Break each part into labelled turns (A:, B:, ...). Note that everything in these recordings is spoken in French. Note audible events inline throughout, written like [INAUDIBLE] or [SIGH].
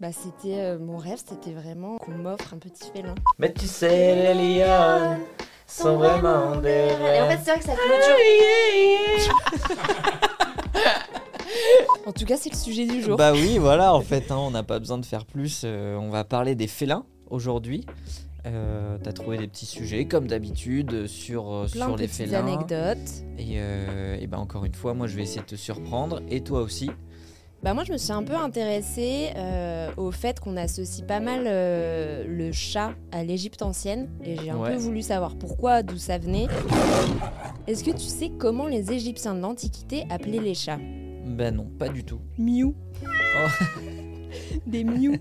A: Bah, c'était euh, mon rêve, c'était vraiment qu'on m'offre un petit félin.
B: Mais tu sais, les lions sont vraiment des
A: Et en fait,
B: rêves.
A: c'est vrai que ça clôture. En tout cas, c'est le sujet du jour.
B: Bah oui, voilà, en fait, hein, on n'a pas besoin de faire plus. Euh, on va parler des félins aujourd'hui. Euh, T'as trouvé des petits sujets, comme d'habitude, sur, euh,
A: Plein
B: sur
A: de
B: les
A: petites
B: félins.
A: anecdotes.
B: Et, euh, et ben encore une fois, moi je vais essayer de te surprendre, et toi aussi.
A: Bah, moi, je me suis un peu intéressée euh, au fait qu'on associe pas mal euh, le chat à l'Égypte ancienne. Et j'ai un
B: Ouais.
A: peu voulu savoir pourquoi, d'où ça venait. Est-ce que tu sais comment les Égyptiens de l'Antiquité appelaient les chats
B: Ben non, pas du tout.
A: Miou.
B: Oh.
A: Des miou.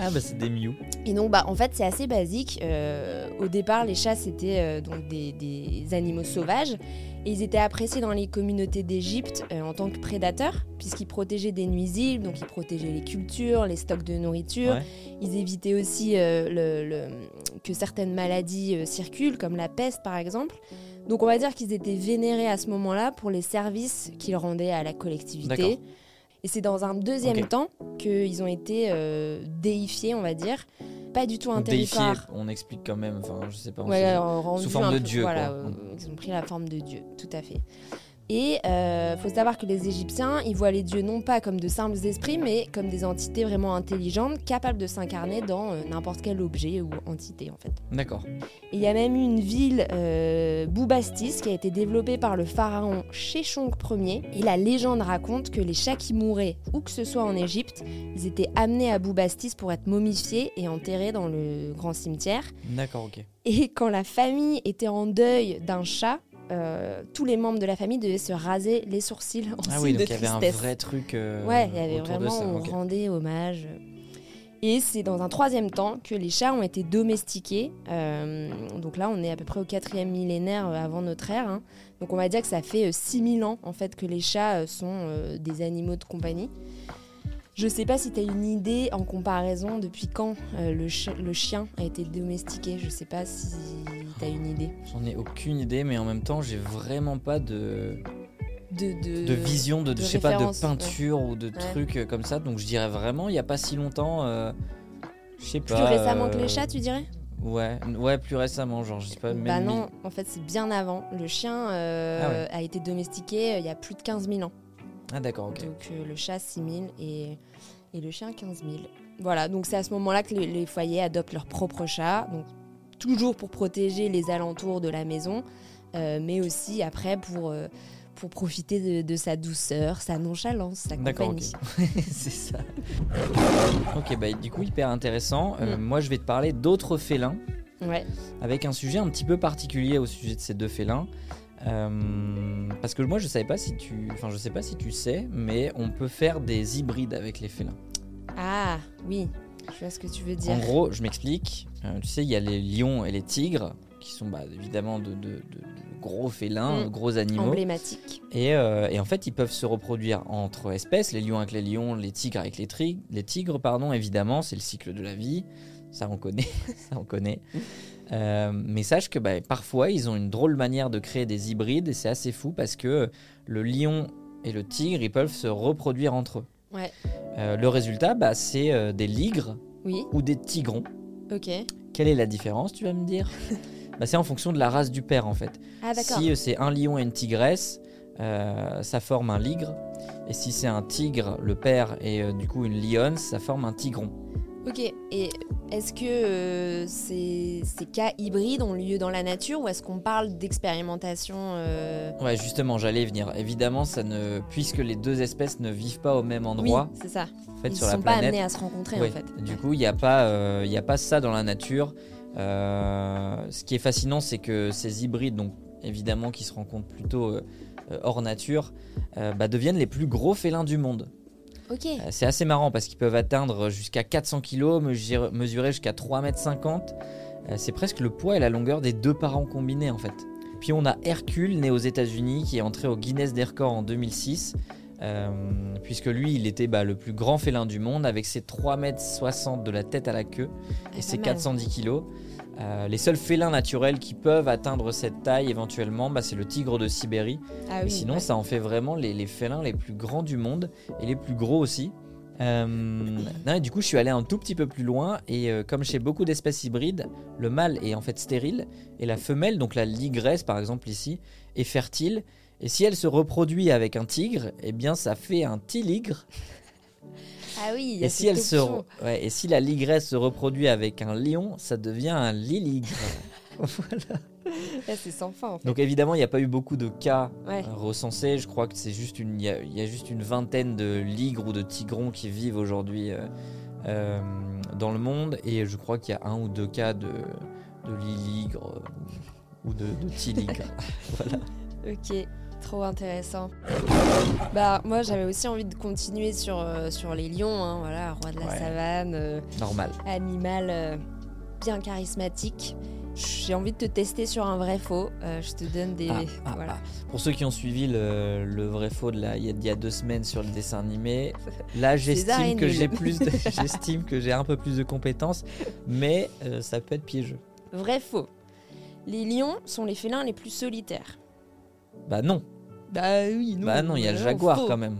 B: Ah bah c'est des miou.
A: Et donc, bah, en fait, c'est assez basique. Euh, au départ, les chats, c'était euh, donc des, des animaux sauvages. Et ils étaient appréciés dans les communautés d'Égypte euh, en tant que prédateurs, puisqu'ils protégeaient des nuisibles, donc ils protégeaient les cultures, les stocks de nourriture.
B: Ouais.
A: Ils évitaient aussi euh, le- le- que certaines maladies euh, circulent, comme la peste par exemple. Donc on va dire qu'ils étaient vénérés à ce moment-là pour les services qu'ils rendaient à la
B: D'accord.
A: collectivité. Et c'est dans un deuxième
B: Ok.
A: temps qu'ils ont été euh, déifiés, on va dire. Pas du tout un
B: Déifié,
A: territoire.
B: on explique quand même, enfin je sais pas. on
A: Ouais,
B: sait-
A: alors, rendu
B: sous forme
A: un
B: de
A: peu-
B: dieu,
A: Voilà,
B: quoi. Mm.
A: euh, ils ont pris la forme de dieu, tout à fait. Et euh, faut savoir que les Égyptiens, ils voient les dieux non pas comme de simples esprits, mais comme des entités vraiment intelligentes, capables de s'incarner dans euh, n'importe quel objet ou entité en fait.
B: D'accord.
A: Et Il y a même eu une ville, euh, Boubastis, qui a été développée par le pharaon Sheshonq Ier. Et la légende raconte que les chats qui mouraient, où que ce soit en Égypte, ils étaient amenés à Boubastis pour être momifiés et enterrés dans le grand cimetière.
B: D'accord, ok.
A: Et quand la famille était en deuil d'un chat, euh, tous les membres de la famille devaient se raser les sourcils en
B: Ah
A: signe
B: oui,
A: de
B: donc il y avait un
A: tristesse.
B: vrai truc. euh,
A: Ouais, il y avait
B: autour de
A: vraiment,
B: ça,
A: on
B: ok.
A: rendait hommage. Et c'est dans un troisième temps que les chats ont été domestiqués. Euh, donc là, on est à peu près au quatrième millénaire euh, avant notre ère. hein. Donc on va dire que ça fait euh, 6000 ans en fait que les chats euh, sont euh, des animaux de compagnie. Je sais pas si tu as une idée en comparaison depuis quand euh, le, chi- le chien a été domestiqué. Je sais pas si tu as une idée.
B: J'en ai aucune idée, mais en même temps, j'ai vraiment pas de,
A: De, de-
B: de vision, de, de-
A: de
B: je sais pas, de
A: référence, ouais.
B: peinture ou de trucs euh, comme ça. Donc je dirais vraiment, il y a pas si longtemps, euh, je sais pas.
A: Plus récemment que
B: euh,
A: les chats, tu dirais
B: Ouais, n- ouais, plus récemment, genre, je sais pas.
A: Bah
B: même mi-
A: non, en fait c'est bien avant. Le chien euh,
B: Ah ouais.
A: a été domestiqué euh, il y a plus de 15 000 ans.
B: Ah
A: [LAUGHS]
B: d'accord, ok. [LAUGHS]
A: Donc euh, le chat 6 000 et, et le chien 15 000. Voilà, donc c'est à ce moment-là que les, les foyers adoptent leur propre chat. Donc toujours pour protéger les alentours de la maison, euh, mais aussi après pour, euh, pour profiter de, de sa douceur, sa nonchalance, sa
B: D'accord, ok.
A: compagnie.
B: C'est ça. ok, bah du coup, hyper intéressant. Euh,
A: Mm.
B: Moi, je vais te parler d'autres félins.
A: Ouais,
B: avec un sujet un petit peu particulier au sujet de ces deux félins. Euh, parce que moi je savais pas si tu, enfin je sais pas si tu sais, mais on peut faire des hybrides avec les félins.
A: ah oui, je vois ce que tu veux dire.
B: En gros, je m'explique. Euh, tu sais, il y a les lions et les tigres qui sont bah, évidemment de, de- de- de gros félins,
A: Mm.
B: de gros animaux.
A: Emblématique.
B: Et, euh, et en fait, ils peuvent se reproduire entre espèces, les lions avec les lions, les tigres avec les, tri- les tigres, pardon, évidemment, c'est le cycle de la vie, ça on connaît, [LAUGHS] ça on connaît.
A: Mm.
B: Euh, mais sache que bah, parfois, ils ont une drôle manière de créer des hybrides, et c'est assez fou parce que le lion et le tigre, ils peuvent se reproduire entre eux.
A: Ouais.
B: Euh, le résultat, bah, c'est euh, des ligres
A: Oui,
B: ou des tigrons.
A: ok.
B: Quelle est la différence, tu vas me
A: [LAUGHS]
B: dire Bah, C'est en fonction de la race du père, en fait.
A: Ah d'accord.
B: Si euh, c'est un lion et une tigresse, euh, ça forme un ligre. Et si c'est un tigre, le père, et euh, du coup une lionne, ça forme un tigron.
A: Ok, et est-ce que euh, ces, ces cas hybrides ont lieu dans la nature ou est-ce qu'on parle d'expérimentation euh,
B: Ouais, justement, j'allais y venir. Évidemment, ça ne, puisque les deux espèces ne vivent pas au même
A: Oui,
B: endroit,
A: c'est ça.
B: en fait,
A: Ils ne
B: sur
A: sont
B: la
A: pas
B: planète.
A: amenés à se rencontrer
B: Oui.
A: en fait.
B: Du
A: Ouais.
B: coup, il n'y a, pas, euh, il y a pas ça dans la nature. Euh, ce qui est fascinant, c'est que ces hybrides, donc évidemment qui se rencontrent plutôt euh, euh, hors nature, euh, bah, deviennent les plus gros félins du monde.
A: Ok,
B: Euh, C'est assez marrant parce qu'ils peuvent atteindre jusqu'à 400 kg, mesure- mesurer jusqu'à 3,50 m. Euh, C'est presque le poids et la longueur des deux parents combinés en fait. Puis on a Hercule, né aux États-Unis, qui est entré au Guinness des records en 2006, euh, puisque lui, il était bah, le plus grand félin du monde avec ses 3,60 m de la tête à la queue et
A: Ah,
B: ses
A: pas mal.
B: 410 kg. Euh, les seuls félins naturels qui peuvent atteindre cette taille éventuellement, bah, c'est le tigre de Sibérie.
A: ah
B: Et
A: oui.
B: sinon,
A: ouais.
B: ça en fait vraiment les, les félins les plus grands du monde et les plus gros aussi. Euh, non, et du coup, je suis allé un tout petit peu plus loin et euh, comme chez beaucoup d'espèces hybrides, le mâle est en fait stérile et la femelle, donc la ligresse par exemple ici, est fertile. Et si elle se reproduit avec un tigre, eh bien ça fait un tiligre.
A: Ah oui, [LAUGHS] il y a
B: Et si, elle
A: cette
B: se...
A: option.
B: ouais, et si la ligresse se reproduit avec un lion, ça devient un liligre.
A: Là, c'est sans fin. En fait.
B: Donc évidemment, il n'y a pas eu beaucoup de cas
A: Ouais.
B: euh, recensés. Je crois que c'est juste une, il y, a- il y a juste une vingtaine de ligres ou de tigrons qui vivent aujourd'hui euh, euh, dans le monde, et je crois qu'il y a un ou deux cas de de liligre euh, ou de,
A: [LAUGHS]
B: de tiligre.
A: Ok, trop intéressant. Bah moi j'avais aussi envie de continuer sur, euh, sur les lions, hein, voilà, roi de la
B: Ouais.
A: savane, euh,
B: Normal.
A: animal euh, bien charismatique. J'ai envie de te tester sur un vrai faux. Euh, je te donne des
B: Ah, ah,
A: voilà.
B: ah. Pour ceux qui ont suivi le, le vrai faux de la, il y a- il y a deux semaines sur le dessin
A: [LAUGHS]
B: animé, là
A: César est
B: j'estime que
A: nul.
B: j'ai plus, de- [LAUGHS] j'estime que j'ai un peu plus de compétences, mais euh, ça peut être piégeux.
A: Vrai faux. Les lions sont les félins les plus solitaires.
B: Bah non,
A: Bah oui,
B: bah non, il y a le jaguar quand même,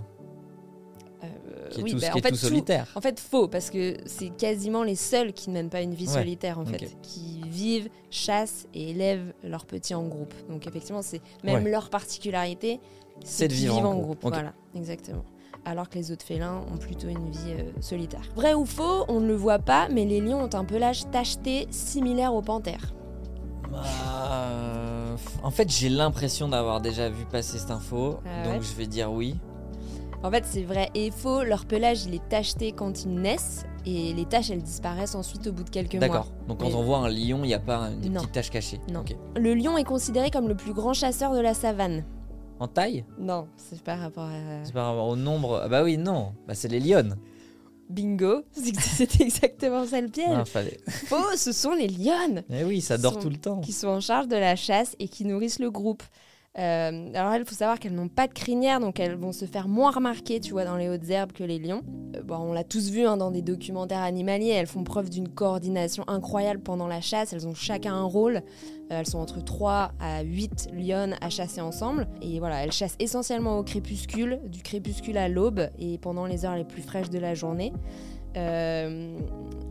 A: Euh,
B: qui est
A: oui,
B: tout,
A: bah,
B: qui
A: en
B: est
A: fait,
B: tout
A: tout-
B: solitaire.
A: En fait, faux, parce que c'est quasiment les seuls qui ne mènent pas une vie
B: Ouais,
A: solitaire, en fait,
B: ok.
A: qui vivent, chassent et élèvent leurs petits en groupe. Donc, effectivement, c'est même
B: Ouais.
A: leur particularité,
B: C'est de vivre en groupe, ok.
A: Voilà, exactement. Alors que les autres félins ont plutôt une vie euh, solitaire. Vrai ou faux, on ne le voit pas, mais les lions ont un pelage tacheté similaire aux panthères.
B: Bah, en fait, j'ai l'impression d'avoir déjà vu passer cette info,
A: Ah ouais
B: donc je vais dire oui.
A: En fait, c'est vrai et faux, leur pelage, il est tacheté quand ils naissent, et les taches, elles disparaissent ensuite au bout de quelques mois.
B: D'accord. Donc quand
A: Mais-
B: on voit un lion, il n'y a pas une
A: Non.
B: petite tache cachée.
A: Non.
B: Ok.
A: Le lion est considéré comme le plus grand chasseur de la savane.
B: En taille
A: Non, c'est par rapport à...
B: C'est par rapport au nombre. Ah bah oui, non. Bah c'est les lionnes.
A: Bingo, [LAUGHS] c'est que c'était exactement ça le piège.
B: Ah, fallait-
A: Faux, ce sont les lionnes
B: Eh oui, ça dort
A: Sont-
B: tout le temps.
A: qui sont en charge de la chasse et qui nourrissent le groupe. Euh, alors elles, faut savoir qu'elles n'ont pas de crinière, donc elles vont se faire moins remarquer, tu vois, dans les hautes herbes que les lions. Euh, bon, on l'a tous vu hein, dans des documentaires animaliers, elles font preuve d'une coordination incroyable pendant la chasse, elles ont chacun un rôle. Euh, elles sont entre 3 à 8 lionnes à chasser ensemble. Et voilà, elles chassent essentiellement au crépuscule, du crépuscule à l'aube et pendant les heures les plus fraîches de la journée. Euh,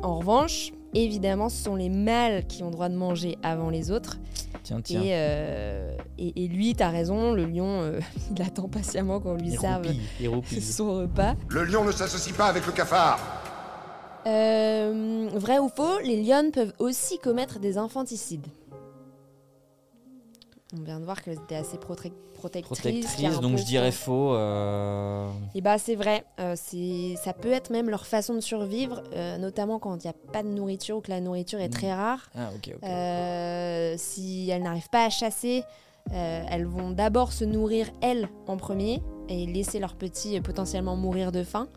A: en revanche, évidemment, ce sont les mâles qui ont droit de manger avant les autres.
B: Tiens, tiens.
A: Et, euh, et, et lui, t'as raison, le lion, euh, [LAUGHS] il attend patiemment qu'on lui
B: Il
A: serve
B: roupille, il
A: [LAUGHS]
B: roupille.
A: son repas.
C: Le lion ne s'associe pas avec le cafard.
A: Euh, vrai ou faux, les lionnes peuvent aussi commettre des infanticides. On vient de voir qu'elles étaient assez protrec- protectrices. qu'il y a
B: Protectrice,
A: un
B: donc
A: peu
B: je dirais
A: ce-
B: faux. euh,
A: Et bah c'est vrai, euh, c'est- ça peut être même leur façon de survivre, euh, notamment quand il n'y a pas de nourriture ou que la nourriture est
B: Mm.
A: très rare.
B: Ah ok, ok.
A: Euh, si elles n'arrivent pas à chasser, euh, elles vont d'abord se nourrir elles en premier et laisser leurs petits euh, potentiellement mourir de faim.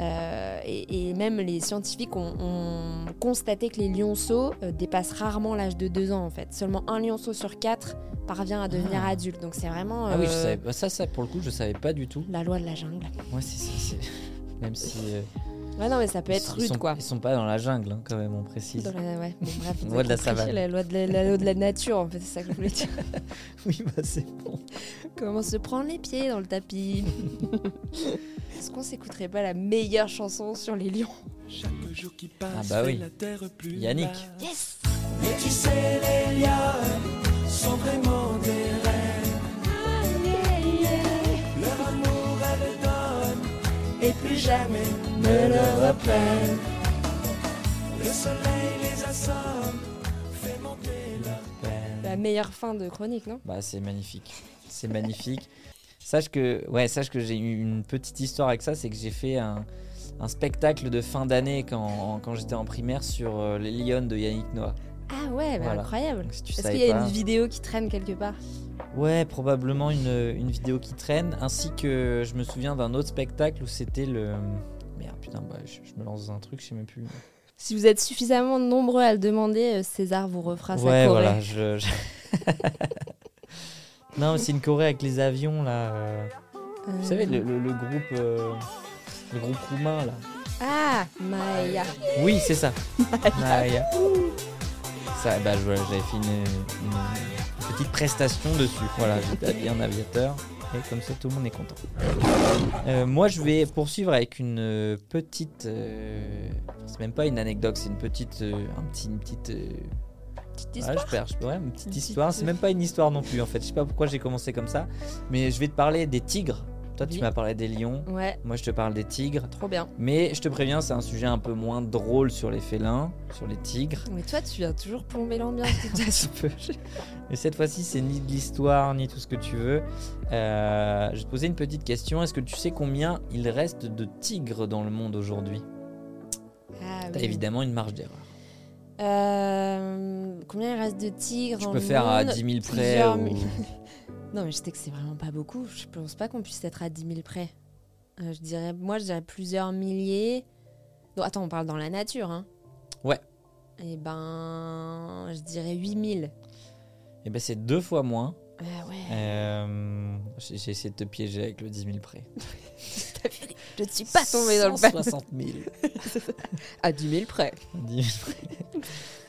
A: Euh, et, et même les scientifiques ont, ont constaté que les lionceaux euh, dépassent rarement l'âge de 2 ans en fait. Seulement un lionceau sur 4 parvient à devenir
B: Ah.
A: adulte. Donc c'est vraiment
B: Ah oui, je
A: euh,
B: savais pas- ça, ça pour le coup, je savais pas du tout.
A: la loi de la jungle.
B: Ouais, c'est ça, c'est- Même si. euh,
A: Ouais non mais ça peut être
B: ils
A: rude
B: sont,
A: quoi.
B: Ils sont pas dans la jungle, hein, quand même, on précise.
A: Dans la- ouais, bon, bref, vous
B: Loi de la
A: avez compris,
B: savane.
A: La loi de la, la loi de la nature en fait, c'est ça que je voulais dire.
B: [LAUGHS] Oui, bah c'est bon.
A: Comment se prendre les pieds dans le tapis Est-ce qu'on s'écouterait pas la meilleure chanson sur les lions
D: Chaque jour qui passe
B: Ah bah
D: fait
B: oui.
D: la terre plus
B: Yannick.
D: bas.
A: Yes
D: Mais tu sais, les lions sont vraiment des reines. Leur amour, elles donnent et plus jamais ne le reprennent. Le soleil les assomme, fait monter leur
A: La meilleure fin de chronique, non
B: Bah c'est magnifique. C'est magnifique. [LAUGHS] Sache que, ouais, sache que j'ai eu une petite histoire avec ça, c'est que j'ai fait un, un spectacle de fin d'année quand, quand j'étais en primaire sur euh, les lions de Yannick Noah.
A: Ah ouais, bah
B: Voilà.
A: incroyable
B: Donc si tu
A: Est-ce
B: savais
A: qu'il y a
B: pas-
A: une vidéo qui traîne quelque part
B: Ouais, probablement une, une vidéo qui traîne, ainsi que je me souviens d'un autre spectacle où c'était le... Merde, putain, bah, je, je me lance dans un truc, je sais même plus.
A: Si vous êtes suffisamment nombreux à le demander, euh, César vous refera sa
B: ouais,
A: choré.
B: voilà, je... [LAUGHS] je- non, mais c'est une Corée avec les avions, là. euh.
A: Euh,
B: Vous savez, le, le- le groupe... euh, Le groupe roumain, là.
A: Ah Maya
B: Oui,
A: [LAUGHS]
B: c'est ça. Maya. Ça, bah, je- j'avais fait une, une petite prestation dessus. Voilà, j'étais habillé en aviateur. Et comme ça, tout le monde est content. Euh, moi, je vais poursuivre avec une euh, petite. euh, c'est même pas une anecdote, c'est une petite. euh, un petit, une petite. euh,
A: Petite
B: ah,
A: histoire.
B: je perds, je- ouais, une petite
A: Une
B: histoire.
A: petite-
B: C'est même pas une histoire non plus, en fait. Je sais pas pourquoi j'ai commencé comme ça. Mais je vais te parler des tigres. Toi, tu
A: Oui.
B: m'as parlé des lions.
A: Ouais,
B: Moi, je te parle des tigres.
A: trop bien.
B: Mais je te préviens, c'est un sujet un peu moins drôle sur les félins, sur les tigres. [LAUGHS]
A: Mais toi, tu viens toujours plomber l'ambiance. de toute façon.
B: Mais cette fois-ci, c'est ni de l'histoire, ni tout ce que tu veux. Euh, je vais te posais une petite question. Est-ce que tu sais combien il reste de tigres dans le monde aujourd'hui
A: ah,
B: T'as
A: oui.
B: évidemment une marge d'erreur.
A: Euh, combien il reste de tigres
B: Tu
A: dans
B: peux
A: le
B: faire euh, à
A: monde
B: 10 000 près.
A: Plusieurs
B: ou-
A: mi- Non, mais je sais que c'est vraiment pas beaucoup. Je pense pas qu'on puisse être à 10 000 près. Euh, je dirais, moi, je dirais plusieurs milliers. Non, attends, on parle dans la nature, hein
B: Ouais.
A: Eh ben, je dirais 8 000.
B: [LAUGHS] Eh ben, c'est deux fois moins.
A: Ah ouais,
B: Euh, J'ai j'ai essayé de te piéger avec le 10 000 près.
A: je ne suis pas tombée dans le panneau.
B: 160 000. [LAUGHS]
A: À 10 000 près.
B: 10 000 près.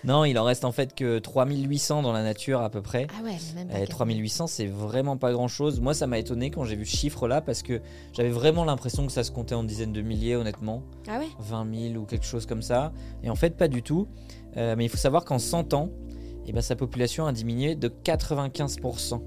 B: non, il en reste en fait que 3800 dans la nature à peu près.
A: Ah ouais, même pas.
B: Euh,
A: 4 000.
B: 3800, c'est vraiment pas grand chose. Moi, ça m'a étonné quand j'ai vu ce chiffre là parce que j'avais vraiment l'impression que ça se comptait en dizaines de milliers, honnêtement.
A: Ah ouais
B: 20 000 ou quelque chose comme ça. Et en fait, pas du tout. Euh, mais il faut savoir qu'en 100 ans, eh ben, sa population a diminué de 95%.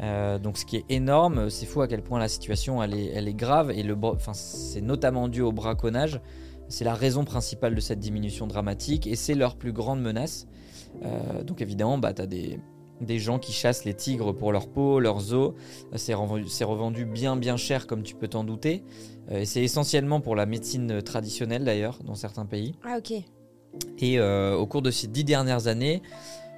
B: Euh, donc ce qui est énorme, c'est fou à quel point la situation elle est, elle est grave et le, bra- enfin, c'est notamment dû au braconnage. C'est la raison principale de cette diminution dramatique et c'est leur plus grande menace. Euh, donc évidemment, bah, tu as des, des gens qui chassent les tigres pour leur peau, leurs os. Euh, C'est revendu, c'est revendu bien bien cher comme tu peux t'en douter. Euh, et c'est essentiellement pour la médecine euh, traditionnelle d'ailleurs dans certains pays.
A: Ah ok.
B: Et euh, au cours de ces dix dernières années,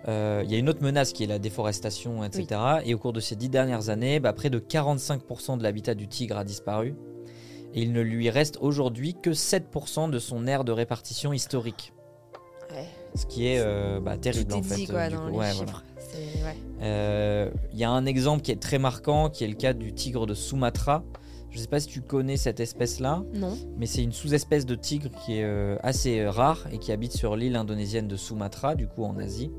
B: euh, il y a une autre menace qui est la déforestation, etc. Et au cours de ces dix dernières années, bah, près de 45% de l'habitat du tigre a disparu. Et il ne lui reste aujourd'hui que 7% de son aire de répartition historique.
A: Ouais.
B: Ce qui est euh, bah, terrible
A: Tout est
B: en fait.
A: dit,
B: euh,
A: quoi,
B: du
A: dans
B: coup.
A: les
B: Ouais, voilà.
A: chiffres. C'est- ouais.
B: Euh, Il y a un exemple qui est très marquant, qui est le cas du tigre de Sumatra. Je ne sais pas si tu connais cette espèce-là,
A: Non.
B: mais c'est une sous-espèce de tigre qui est euh, assez euh, rare et qui habite sur l'île indonésienne de Sumatra, du coup en Asie.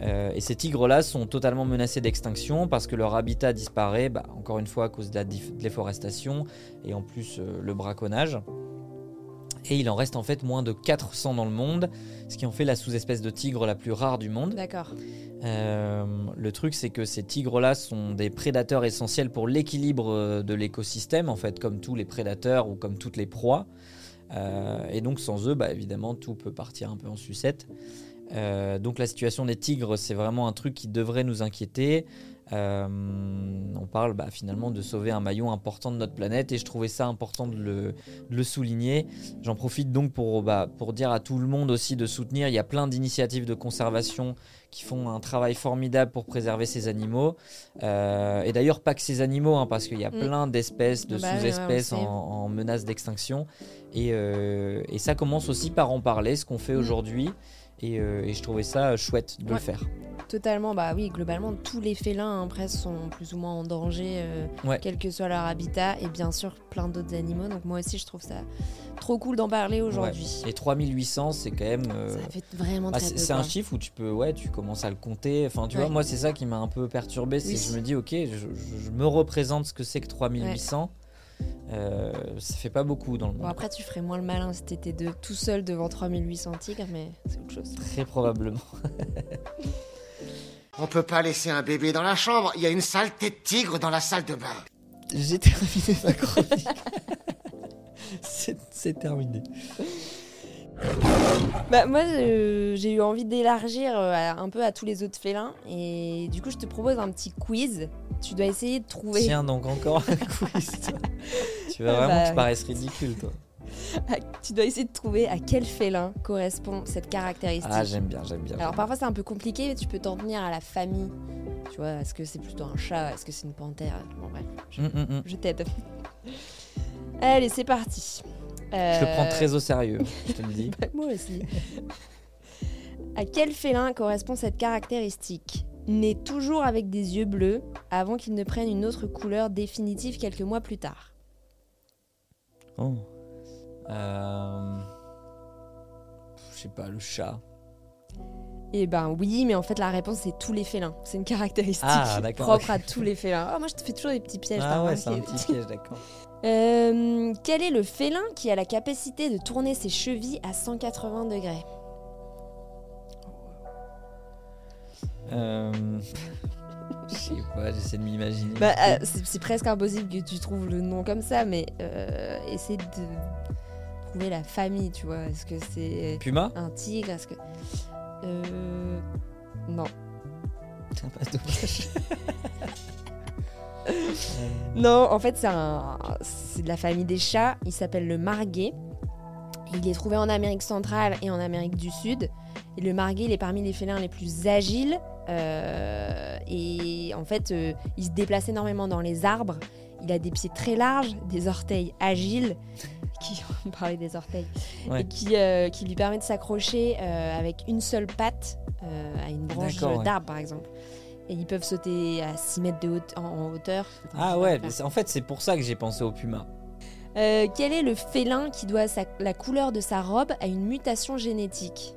B: Euh, et ces tigres-là sont totalement menacés d'extinction parce que leur habitat disparaît, bah, encore une fois à cause de la dif- de déforestation et en plus euh, le braconnage. Et il en reste en fait moins de 400 dans le monde, ce qui en fait la sous-espèce de tigre la plus rare du monde.
A: D'accord.
B: Euh, le truc, c'est que ces tigres-là sont des prédateurs essentiels pour l'équilibre euh, de l'écosystème, en fait, comme tous les prédateurs ou comme toutes les proies. Euh, et donc, sans eux, bah, évidemment, tout peut partir un peu en sucette. Euh, donc, la situation des tigres, c'est vraiment un truc qui devrait nous inquiéter. Euh, on parle bah, finalement de sauver un maillon important de notre planète et je trouvais ça important de le, de le souligner. J'en profite donc pour, bah, pour dire à tout le monde aussi de soutenir. Il y a plein d'initiatives de conservation qui font un travail formidable pour préserver ces animaux. Euh, et d'ailleurs, pas que ces animaux, hein, parce qu'il y a
A: Mm.
B: plein d'espèces, de
A: Bah oui, ouais, on
B: sous-espèces
A: le
B: en,
A: sait.
B: en menace d'extinction. Et, euh, et ça commence aussi par en parler, ce qu'on fait
A: Mm.
B: aujourd'hui. Et, euh, et je trouvais ça chouette de le
A: Ouais.
B: faire.
A: Totalement, bah oui, globalement, tous les félins, hein, presque, sont plus ou moins en danger, euh,
B: Ouais.
A: quel que soit leur habitat, et bien sûr, plein d'autres animaux. Donc, moi aussi, je trouve ça trop cool d'en parler aujourd'hui.
B: Et 3800, c'est quand même. euh,
A: Ça fait vraiment
B: bah,
A: très
B: c'est
A: peu,
B: c'est un
A: quoi.
B: chiffre où tu peux, ouais, tu commences à le compter. Enfin, tu
A: Ouais.
B: vois, moi, c'est ça qui m'a un peu perturbé. C'est
A: Oui.
B: que je me dis, ok, je, je- je me représente ce que c'est que 3800. Euh, ça fait pas beaucoup dans le monde.
A: Bon, après, tu ferais moins le malin si t'étais de- tout seul devant 3800 tigres, mais c'est autre chose.
B: [LAUGHS]
A: [LAUGHS]
B: Très probablement.
C: On peut pas laisser un bébé dans la chambre. Il y a une saleté de tigre dans la salle de bain.
B: J'ai terminé ma chronique. [LAUGHS] c'est, c'est terminé.
A: Bah, moi, euh, j'ai eu envie d'élargir euh, à- un peu à tous les autres félins, et du coup, je te propose un petit quiz. Tu dois essayer de trouver
B: Tiens donc encore un [LAUGHS] quiz. toi. Tu veux
A: Ah
B: vraiment
A: bah.
B: que je paraisse ridicule, toi
A: [LAUGHS] tu dois essayer de trouver à quel félin correspond cette caractéristique.
B: Ah, j'aime bien, j'aime bien.
A: Alors
B: j'aime
A: parfois c'est un peu compliqué, mais tu peux t'en tenir à la famille. Tu vois, est-ce que c'est plutôt un chat, est-ce que c'est une panthère Bon bref,
B: bien. Hum, hum, hum.
A: je t'aide. [LAUGHS] Allez, c'est parti.
B: Je le prends
A: Euh,
B: très au sérieux, je te
A: [LAUGHS]
B: le dis.
A: Moi aussi. à quel félin correspond cette caractéristique Né toujours avec des yeux bleus, avant qu'il ne prenne une autre couleur définitive quelques mois plus tard.
B: Oh. Euh, Je sais pas, le chat.
A: Et ben oui, mais en fait la réponse c'est tous les félins. C'est une caractéristique
B: Ah, d'accord,
A: propre
B: ok.
A: à tous les félins. Oh, moi je te fais toujours des petits pièges. t'as
B: Ah ouais,
A: remarqué.
B: c'est un
A: [LAUGHS]
B: petit piège, d'accord.
A: Euh, quel est le félin qui a la capacité de tourner ses chevilles à 180 degrés
B: [LAUGHS] Euh, Je sais pas, j'essaie de m'imaginer.
A: Bah, euh, c'est c'est presque impossible que tu trouves le nom comme ça, mais euh, essaie de trouver la famille, tu vois. Est-ce que c'est
B: [LAUGHS] Puma
A: un tigre Est-ce que. Euh, Non.
B: Putain, pas dommage.
A: Non, en fait, c'est un- c'est de la famille des chats. Il s'appelle le marguet. Il est trouvé en Amérique centrale et en Amérique du Sud. Et le marguet, il est parmi les félins les plus agiles. euh, et en fait, euh, il se déplace énormément dans les arbres. Il a des pieds très larges, des orteils agiles. [LAUGHS] Qui, on parlait des orteils.
B: Ouais.
A: Et qui, euh, qui lui permet de s'accrocher euh, avec une seule patte euh, à une branche
B: D'accord, ouais.
A: d'arbre, par exemple. Et ils peuvent sauter à 6 mètres de haute- en- en hauteur.
B: Ah ouais, mais c'est- en fait, c'est pour ça que j'ai pensé au Puma.
A: Euh, quel est le félin qui doit sa- la couleur de sa robe à une mutation génétique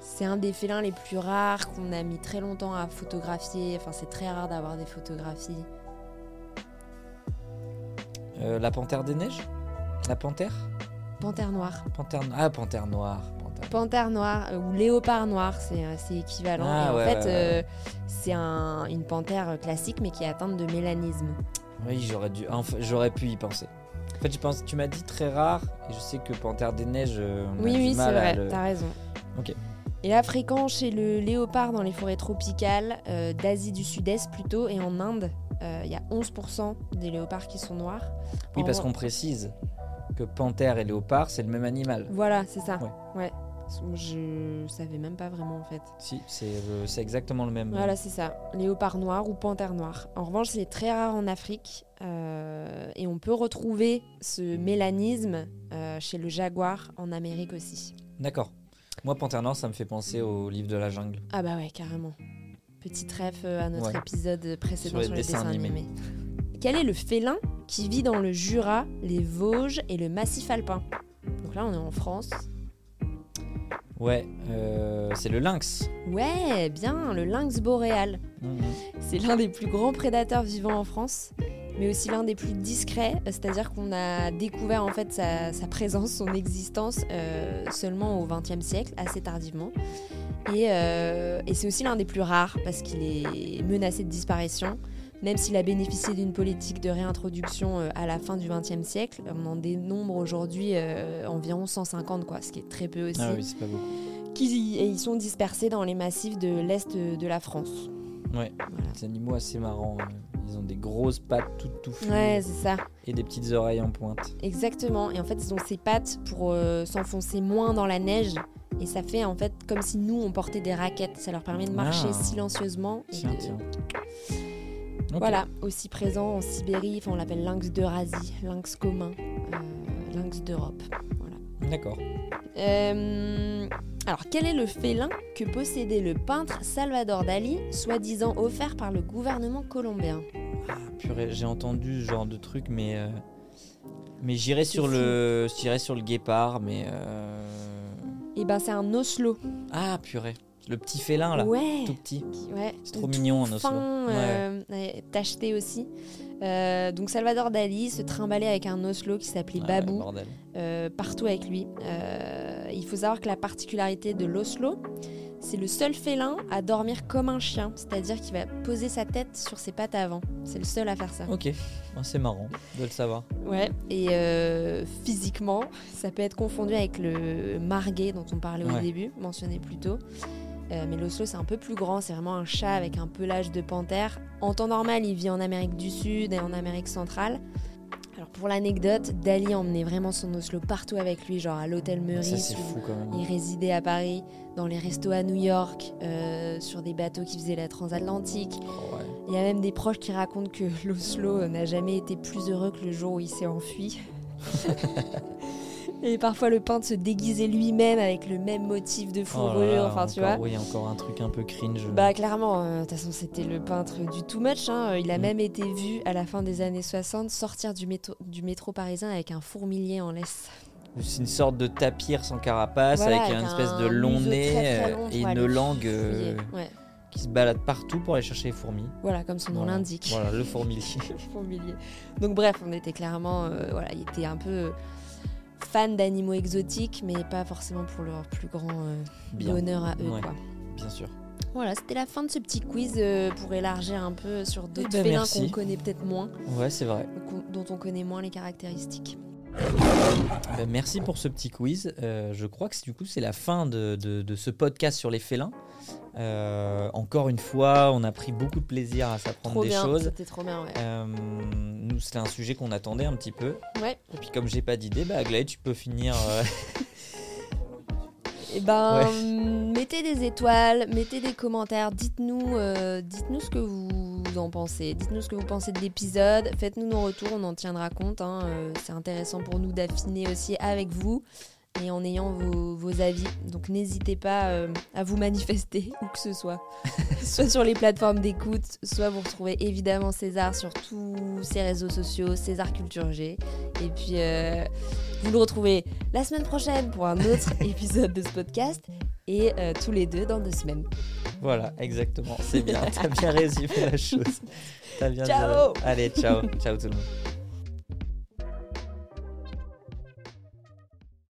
A: C'est un des félins les plus rares qu'on a mis très longtemps à photographier. Enfin, c'est très rare d'avoir des photographies.
B: Euh, la panthère des neiges La panthère
A: Panthère noire.
B: Panthère no- Ah, panthère noire. panthère-
A: Panthère noire euh, ou léopard noir, c'est euh, c'est équivalent.
B: Ah,
A: Et en
B: ouais,
A: fait,
B: ouais,
A: euh,
B: ouais.
A: c'est un- une panthère classique mais qui est atteinte de mélanisme.
B: Oui, j'aurais dû. enfin, j'aurais pu y penser. En fait, je pense, tu m'as dit très rare, et je sais que panthère des neiges. euh, on a
A: Oui,
B: du
A: oui, c'est
B: mal à
A: vrai,
B: le-
A: t'as raison.
B: Ok.
A: Il est fréquent chez le léopard dans les forêts tropicales, euh, d'Asie du Sud-Est plutôt, et en Inde. Euh, Il y a 11% des léopards qui sont noirs.
B: Oui,
A: En
B: parce
A: re-
B: qu'on précise que panthère et léopard, c'est le même animal.
A: Voilà, c'est ça.
B: Ouais.
A: Ouais. Je savais même pas vraiment en fait.
B: Si, c'est euh, c'est exactement le même.
A: Voilà, c'est ça. Léopard noir ou panthère noire. En revanche, c'est très rare en Afrique. euh, et on peut retrouver ce
B: Mmh.
A: mélanisme euh, chez le jaguar en Amérique aussi.
B: D'accord. Moi, panthère noire, ça me fait penser au livre de la jungle.
A: Ah bah ouais, carrément. Petit trèfle à notre
B: Ouais.
A: épisode précédent
B: Sur
A: sur, les
B: les dessins
A: dessins animés.
B: animés.
A: Quel est le félin qui vit dans le Jura, les Vosges et le massif alpin Donc là, on est en France.
B: Ouais, euh, c'est le lynx.
A: Ouais, bien, le lynx boréal. C'est l'un des plus grands prédateurs vivants en France, mais aussi l'un des plus discrets, euh, c'est-à-dire qu'on a découvert en fait sa, sa présence, son existence euh, seulement au XXe siècle, assez tardivement. Et, euh, et c'est aussi l'un des plus rares parce qu'il est menacé de disparition. Même s'il a bénéficié d'une politique de réintroduction euh, à la fin du XXe siècle, on en dénombre aujourd'hui euh, environ 150, quoi, ce qui est très peu aussi.
B: Ah oui, c'est pas beaucoup.
A: Qui- et ils sont dispersés dans les massifs de l'Est de la France.
B: Ouais,
A: Voilà.
B: des animaux assez marrants. euh, Ils ont des grosses pattes toutes touffues
A: Ouais, c'est ça.
B: et des petites oreilles en pointe.
A: Exactement. Et en fait, ils ont ces pattes pour euh, s'enfoncer moins dans la neige. Et ça fait en fait comme si nous, on portait des raquettes. Ça leur permet de marcher
B: Ah.
A: silencieusement. et
B: Tiens,
A: de-
B: tiens. Ok.
A: Voilà, aussi présent en Sibérie. Enfin, on l'appelle lynx d'Eurasie, lynx commun, euh, lynx d'Europe.
B: D'accord.
A: Euh, alors, quel est le félin que possédait le peintre Salvador Dali, soi-disant offert par le gouvernement colombien
B: Ah, purée, j'ai entendu ce genre de truc, mais. euh, Mais j'irai
A: C'est
B: sur,
A: fou.
B: le... j'irai sur le guépard, mais. euh,
A: Eh ben, c'est un oslo.
B: Ah, purée. Le petit félin, là.
A: ouais.
B: Tout petit.
A: qui- ouais,
B: C'est trop
A: tout
B: mignon, un oslo.
A: fin, euh, ouais, tacheté aussi. Euh, donc Salvador Dali se trimballait avec un oslo qui s'appelait
B: Ah, ouais,
A: Babou
B: bordel.
A: euh, partout avec lui. Euh, il faut savoir que la particularité de l'oslo, c'est le seul félin à dormir comme un chien, c'est-à-dire qu'il va poser sa tête sur ses pattes avant. C'est le seul à faire ça.
B: Ok, Ah, c'est marrant de le savoir.
A: Ouais. Et euh, physiquement, ça peut être confondu avec le marguet dont on parlait au
B: Ouais.
A: début, mentionné plus tôt. Euh, mais l'oslo, c'est un peu plus grand, c'est vraiment un chat avec un pelage de panthère. En temps normal, il vit en Amérique du Sud et en Amérique centrale. Alors pour l'anecdote, Dali emmenait vraiment son oslo partout avec lui, genre à l'hôtel
B: Ça,
A: Meurice.
B: c'est
A: où
B: fou quand même.
A: Il résidait à Paris, dans les restos à New York, euh, sur des bateaux qui faisaient la transatlantique.
B: Oh, Ouais.
A: Il y a même des proches qui racontent que [LAUGHS] l'Oslo n'a jamais été plus heureux que le jour où il s'est enfui. Et parfois le peintre se déguisait lui-même avec le même motif de
B: Oh là
A: fourrure,
B: là,
A: enfin tu vois.
B: encore- Oui, encore un truc un peu cringe.
A: Bah clairement, euh, de toute façon c'était le peintre du too much, hein. il a
B: Mm.
A: même été vu à la fin des années 60 sortir du métro, du métro parisien avec un fourmilier en laisse.
B: C'est une sorte de tapir sans carapace
A: Voilà,
B: Ah, avec une espèce de
A: un
B: long
A: museau
B: nez
A: très, très
B: euh,
A: long
B: et
A: pour
B: une
A: aller
B: langue euh,
A: fouiller. Ouais,
B: qui se balade partout pour aller chercher les fourmis.
A: Voilà, comme son nom
B: Voilà.
A: l'indique.
B: Voilà,
A: [LAUGHS]
B: le fourmilier.
A: fourmilier. Donc bref, on était clairement, euh, voilà, il était un peu euh, fan d'animaux exotiques, mais pas forcément pour leur plus grand euh,
B: Bien,
A: bonheur à eux.
B: Ouais.
A: Quoi.
B: bien sûr.
A: Voilà, c'était la fin de ce petit quiz euh, pour élargir un peu sur d'autres
B: ben,
A: félins
B: merci.
A: qu'on connaît peut-être moins,
B: Ouais, c'est vrai.
A: ou qu'on- dont on connaît moins les caractéristiques.
B: Ben, merci pour ce petit quiz. Euh, je crois que c'est- du coup c'est la fin de, de- de ce podcast sur les félins. Euh, encore une fois, on a pris beaucoup de plaisir à s'apprendre
A: Trop
B: des
A: bien,
B: choses.
A: c'était trop bien, ouais.
B: Euh, nous, c'était un sujet qu'on attendait un petit peu.
A: Ouais.
B: Et puis comme j'ai pas d'idée, bah Aglaé, tu peux finir. euh,
A: Et ben,
B: Ouais.
A: hum, mettez des étoiles, mettez des commentaires, dites-nous, euh, dites-nous ce que vous en pensez, dites-nous ce que vous pensez de l'épisode, faites-nous nos retours, on en tiendra compte. hein, euh, c'est intéressant pour nous d'affiner aussi avec vous et en ayant vos, vos avis. Donc n'hésitez pas euh, à vous manifester [LAUGHS] où que ce soit, soit sur les plateformes d'écoute, soit vous retrouvez évidemment César sur tous ses réseaux sociaux, César Culture G. Et puis euh, vous le retrouvez la semaine prochaine pour un autre [LAUGHS] épisode de ce podcast et euh, tous les deux dans deux semaines.
B: Voilà, exactement. C'est bien. T'as bien résumé la chose. T'as bien
A: Ciao
B: dit- Allez, ciao. Ciao tout le monde.